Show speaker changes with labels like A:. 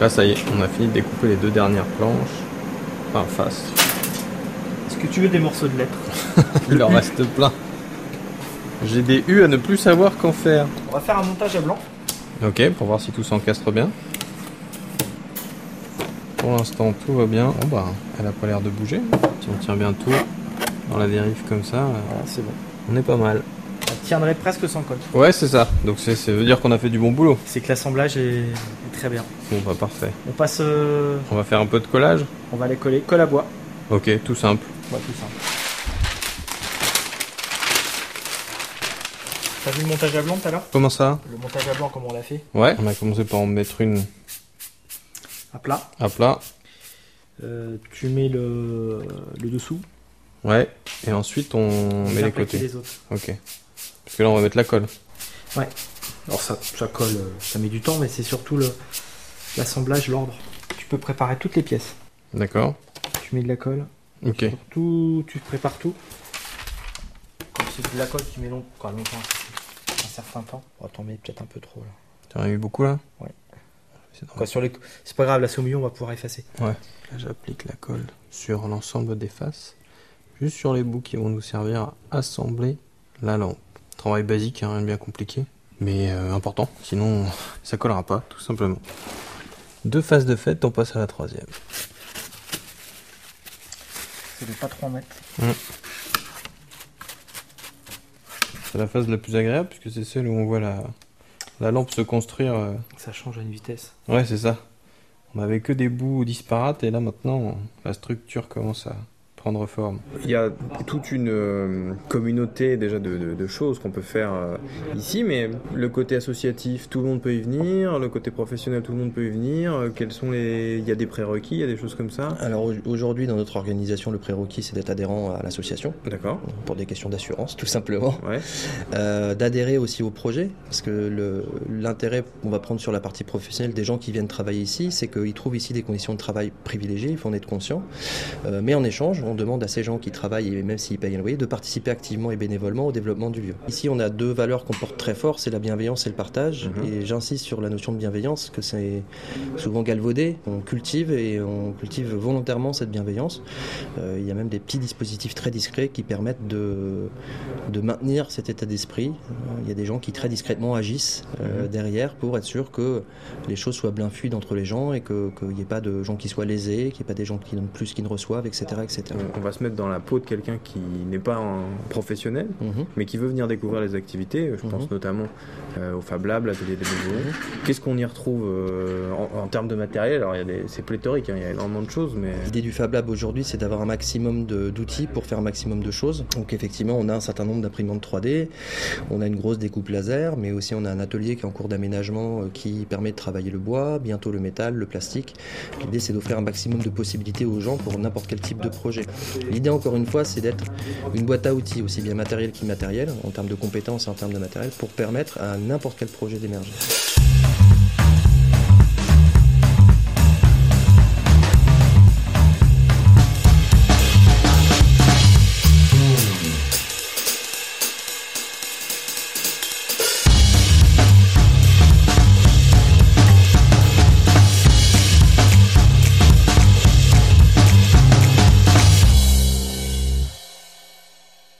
A: Là, ça y est, on a fini de découper les deux dernières planches. Enfin, face.
B: Est-ce que tu veux des morceaux de lettres
A: Il en reste plein. J'ai des U à ne plus savoir qu'en faire.
B: On va faire un montage à blanc.
A: Ok, pour voir si tout s'encastre bien. Pour l'instant, tout va bien. Oh bah, elle a pas l'air de bouger. Si on tient bien tout dans la dérive comme ça, euh,
B: Voilà, c'est bon.
A: on est pas mal.
B: Elle tiendrait presque sans colle.
A: Ouais, c'est ça. Donc c'est- ça veut dire qu'on a fait du bon boulot.
B: C'est que l'assemblage est... est très bien.
A: Bon bah parfait.
B: On passe. euh,
A: On va faire un peu de collage.
B: On va les coller. Colle à bois.
A: Ok, tout simple.
B: Ouais, tout simple. T'as vu le montage à blanc tout à l'heure
A: Comment ça
B: Le montage à blanc, comment on l'a fait
A: Ouais, on a commencé par en mettre une
B: À plat.
A: à plat.
B: Euh, tu mets le, le dessous.
A: Ouais, et ensuite on met
B: Bien
A: les
B: plaquer
A: côtés.
B: les autres.
A: Ok. Parce que là on va mettre la colle.
B: Alors ça, ça colle, euh, ça met du temps, mais c'est surtout le- l'assemblage, l'ordre. Tu peux préparer toutes les pièces.
A: D'accord
B: Tu mets de la colle.
A: Ok.
B: Pour tout, tu prépares tout. Comme c'est de la colle, tu mets long, quoi, longtemps, un certain temps. On va t'en mettre Oh, peut-être un peu trop là.
A: T'en as eu beaucoup là
B: Ouais.
A: C'est normal.
B: Quoi, sur les... C'est pas grave, la sommelier, on va pouvoir effacer.
A: Là, j'applique la colle sur l'ensemble des faces, juste sur les bouts qui vont nous servir à assembler la lampe. Travail basique, hein, rien de bien compliqué, mais euh, important, sinon ça collera pas, tout simplement. Deux faces de fête, on passe à la troisième.
B: C'est de pas trop en mettre.
A: C'est la phase la plus agréable, puisque c'est celle où on voit la, la lampe se construire. euh.
B: Ça change à une vitesse.
A: Ouais, c'est ça. On avait que des bouts disparates, et là maintenant, la structure commence à prendre forme.
C: Il y a toute une euh, communauté déjà de, de- de choses qu'on peut faire euh, ici, mais le côté associatif, tout le monde peut y venir, le côté professionnel, tout le monde peut y venir. euh, Quels sont les... Il y a des prérequis, il y a des choses comme ça.
D: Alors au- aujourd'hui, dans notre organisation, le prérequis, c'est d'être adhérent à l'association,
C: D'accord.
D: pour des questions d'assurance, tout simplement.
C: Ouais.
D: Euh, D'adhérer aussi au projet, parce que le- l'intérêt qu'on va prendre sur la partie professionnelle des gens qui viennent travailler ici, c'est qu'ils trouvent ici des conditions de travail privilégiées, il faut en être conscient. Euh, mais en échange, on demande à ces gens qui travaillent, et même s'ils payent un loyer, de participer activement et bénévolement au développement du lieu. Ici, on a deux valeurs qu'on porte très fort, c'est la bienveillance et le partage.
C: Mhm.
D: Et j'insiste sur la notion de bienveillance, que c'est souvent galvaudé. On cultive et on cultive volontairement cette bienveillance. Euh, il y a même des petits dispositifs très discrets qui permettent de, de maintenir cet état d'esprit. Euh, il y a des gens qui très discrètement agissent euh, derrière pour être sûr que les choses soient bien fluides entre les gens et que- qu'il n'y ait pas de gens qui soient lésés, qu'il n'y ait pas des gens qui donnent plus qu'ils ne reçoivent, etc. etc.
C: On, on va se mettre dans la peau de quelqu'un qui n'est pas un professionnel,
D: Mhm.
C: mais qui veut venir découvrir les activités. Je pense notamment euh, au Fab Lab, l'atelier des nouveaux. Qu'est-ce qu'on y retrouve euh, en, en termes de matériel Alors, il y a des- c'est pléthorique, hein, il y a énormément de choses, mais
D: L'idée du Fab Lab aujourd'hui, c'est d'avoir un maximum de- d'outils pour faire un maximum de choses. Donc effectivement, on a un certain nombre d'imprimantes 3D, on a une grosse découpe laser, mais aussi on a un atelier qui est en cours d'aménagement euh, qui permet de travailler le bois, bientôt le métal, le plastique. L'idée, c'est d'offrir un maximum de possibilités aux gens pour n'importe quel type de projet. L'idée, encore une fois, c'est d'être une boîte à outils, aussi bien matériel qu'immatériel, en termes de compétences et en termes de matériel, pour permettre à n'importe quel projet d'émerger.